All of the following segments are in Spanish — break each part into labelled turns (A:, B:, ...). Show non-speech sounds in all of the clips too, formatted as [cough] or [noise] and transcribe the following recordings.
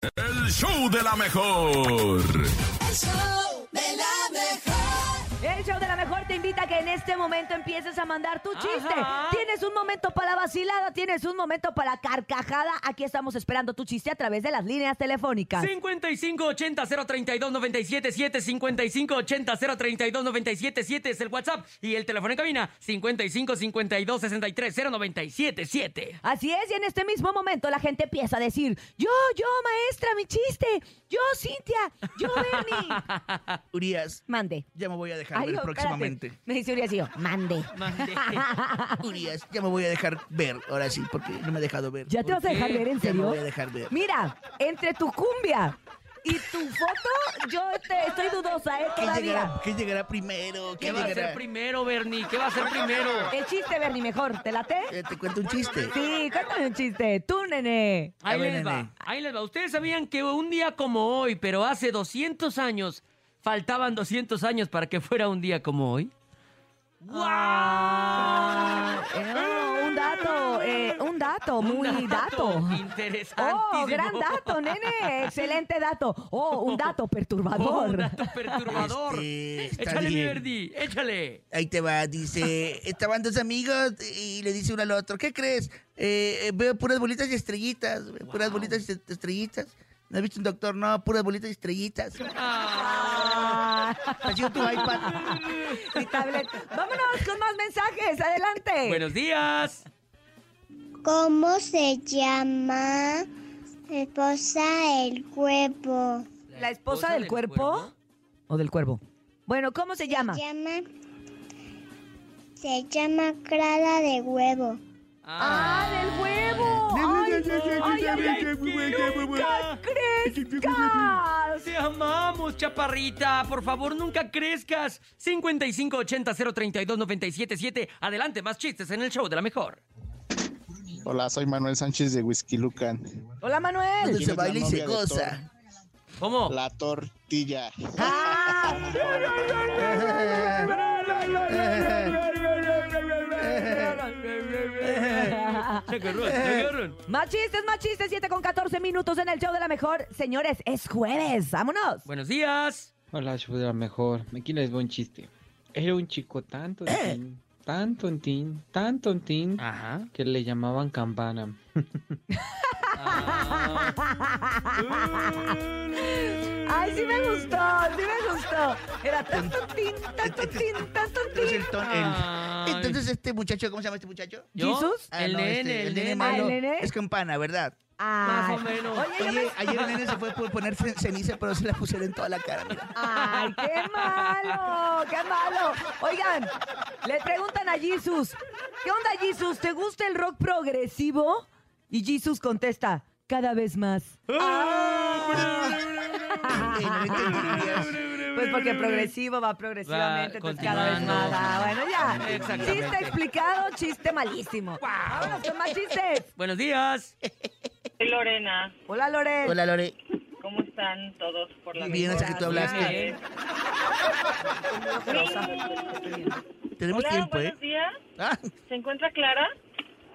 A: El show de la mejor.
B: El show de la mejor.
C: El show de la mejor te invita a que en este momento empieces a mandar tu chiste. Tienes un momento para vacilada, tienes un momento para carcajada. Aquí estamos esperando tu chiste a través de las líneas telefónicas.
D: 5580-032-977 5580-032-977 es el WhatsApp y el teléfono en cabina
E: [laughs]
D: 5552-630977.
C: Así es, y en este mismo momento la gente empieza a decir, yo, yo, maestra, mi chiste, yo, Cintia, yo, Bernie.
E: [laughs] Urias,
C: Mande.
E: ya me voy a dejar
C: Ay,
E: ver
C: no, espérate. [laughs]
E: próximamente.
C: Me dice Urias y yo, mande.
D: Mande.
E: Urias, ya me voy a dejar ver, ahora sí, porque no me he dejado ver.
C: ¿Ya te vas a
D: ¿Por
C: dejar
D: qué?
C: ver en
E: Ya me
C: serio?
E: voy a dejar ver.
C: Mira, entre tu cumbia y tu foto, yo te- estoy dudosa, ¿eh?
E: ¿Qué
C: Todavía.
E: llegará, qué llegará primero? ¿Qué,
D: ¿Qué va a
E: llegará?
D: ser primero, Bernie? ¿Qué va a ser primero?
C: El chiste, Bernie, mejor. ¿Te late?
E: Eh, te cuento un chiste.
C: Sí, cuéntame un chiste. Tú, nene.
D: Ahí
E: [laughs] A ver,
D: les
E: nene.
D: va, ahí les va. Ustedes sabían que un día como hoy, pero hace 200 años, faltaban 200 años para que fuera un día como hoy.
C: Ah, eh, oh, un dato, eh, un dato, muy
D: Un
C: dato.
D: Interesantísimo.
C: Oh, gran dato, nene. Excelente dato. Oh, un dato
D: Oh,
C: perturbador.
D: un dato perturbador.
E: Este, está
D: échale, mi
E: bien.
D: Verdi, échale.
E: Ahí te va, dice, estaban dos amigos y le dice uno al otro, ¿qué crees? Eh, eh, veo puras bolitas y estrellitas, veo puras bolitas y est- estrellitas. ¿No has visto un doctor? No, puras bolitas y estrellitas.
C: Ah,
E: Ha sido tu iPad.
F: [laughs]
C: mi tablet. Vámonos con más mensajes. Adelante.
D: Buenos días.
G: ¿Cómo se llama esposa el cuerpo?
C: ¿La esposa del cuerpo? ¿O del cuervo? Bueno, ¿cómo se llama?
G: Se llama se llama clara de huevo.
C: ¡Ah, del huevo! ¡Ay, ay, ay, ay! ¡Nunca crezcas!
D: Te amamos, chaparrita. Por favor, nunca crezcas. 5580-032-977. Adelante, más chistes en el show de la mejor.
F: Hola, soy Manuel Sánchez de Whisky Lucan.
C: Hola, Manuel.
E: Donde
F: ¿Quién
E: se
F: es la
E: baila y se
F: novia de
E: goza.
D: ¿Cómo?
F: La tortilla.
C: Ah,
D: Chacarrón, chacarrón.
C: más chistes, más chistes. 7 con 14 minutos en el show de la mejor. Señores, es jueves. ¡Vámonos!
D: Buenos días.
H: Hola, yo de la mejor. Aquí les voy un chiste. Era un chico tan tontín, tan tontín, tan tontín,
D: Ajá.
H: que le llamaban campana.
C: Ay, sí me gustó, sí me gustó. Era tanto tin, tanto tin, tanto
E: Entonces,
C: tin.
E: el ton- el- entonces este muchacho, ¿cómo se llama este muchacho?
D: ¿Yo?
C: ¿Jesús?
E: Ah,
D: el
E: no,
D: nene,
E: este,
D: el
C: nene. Ah,
D: nene.
C: el
E: malo.
C: nene. pues,
E: Es campana, ¿verdad?
C: Ay.
D: Más o menos.
C: Oye, yo
E: Oye,
C: me-
E: ayer el nene se fue por poner ce- ceniza, pero se la pusieron en toda la cara. mira.
C: ¡Ay, qué malo! ¡Qué malo! Oigan, le preguntan a Jesus, ¿qué onda, Jesus? ¿Te gusta el rock progresivo? Y Jesus contesta, cada vez más.
D: [laughs]
E: Eh, no le entenderías.
C: Pues porque progresivo va progresivamente,
D: Va
C: entonces cada vez más.
D: continuando.
C: Ah, bueno, ya.
D: Exactamente.
C: Chiste explicado, chiste malísimo. Vámonos con más chistes.
D: Buenos días.
I: Soy Lorena,
C: Hola, Lorel.
E: Hola, Lore.
I: ¿cómo están todos por la
E: Bien, hasta que tú hablaste.
D: Bien.
E: Tenemos
I: Hola,
E: tiempo, ¿eh?
I: buenos días.
E: Ah,
I: ¿Se encuentra Clara?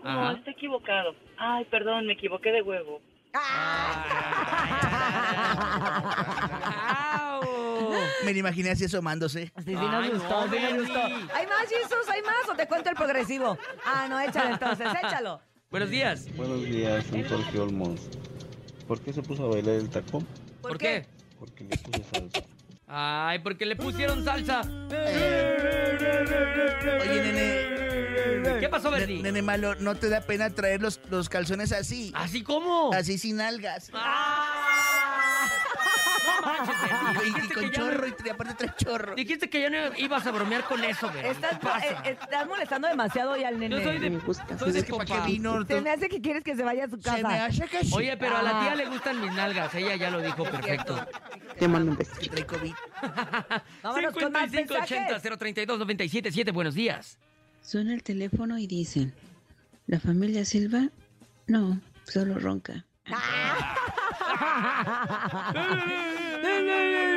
I: No,
D: Ajá.
I: está equivocado. Ay, perdón, me equivoqué de huevo.
C: Ah,
D: ¡Au!
E: me lo imaginé así asomándose.
C: Sí, sí, nos
D: Ay,
C: gustó,
D: no,
C: sí, nos
D: Bernie.
C: gustó. ¿Hay más, Jesus? ¿Hay más? ¿O te cuento el progresivo? Ah, no, échalo entonces, échalo.
D: Buenos días.
J: Buenos días, soy Jorge Olmos. ¿Por qué se puso a bailar el tacón?
D: ¿Por, qué?
J: Porque le puse salsa.
D: Ay, porque le pusieron salsa.
E: Oye, nene.
D: ¿Qué pasó,
E: ne-
D: Verdi?
E: Nene malo, ¿no te da pena traer los, los calzones así?
D: ¿Así cómo?
E: Así sin algas.
D: Ah. No manches, Verdi.
E: Y, y
D: Dijiste
E: con
D: que ya no-
E: chorro, y tra- aparte trae chorro.
D: Dijiste que ya no ibas a bromear con eso, Verdi.
C: Estás,
D: ¿Qué pasa?
C: eh, estás molestando demasiado hoy al nene.
D: Yo soy de, soy de
E: eh, Pues Es que para qué
D: compa.
E: vino.
C: Se
E: tú-
C: me hace que quieres que se vaya a su casa.
E: se me hace que sí.
D: Oye, pero a la
C: Ah.
D: tía le gustan mis nalgas. Ella ya lo dijo perfecto.
E: Que trae COVID.
C: Vámonos con más mensajes.
D: 5580-032-977. Buenos días.
K: Suena el teléfono y dicen, ¿la familia Silva? No, solo ronca.
C: Ah.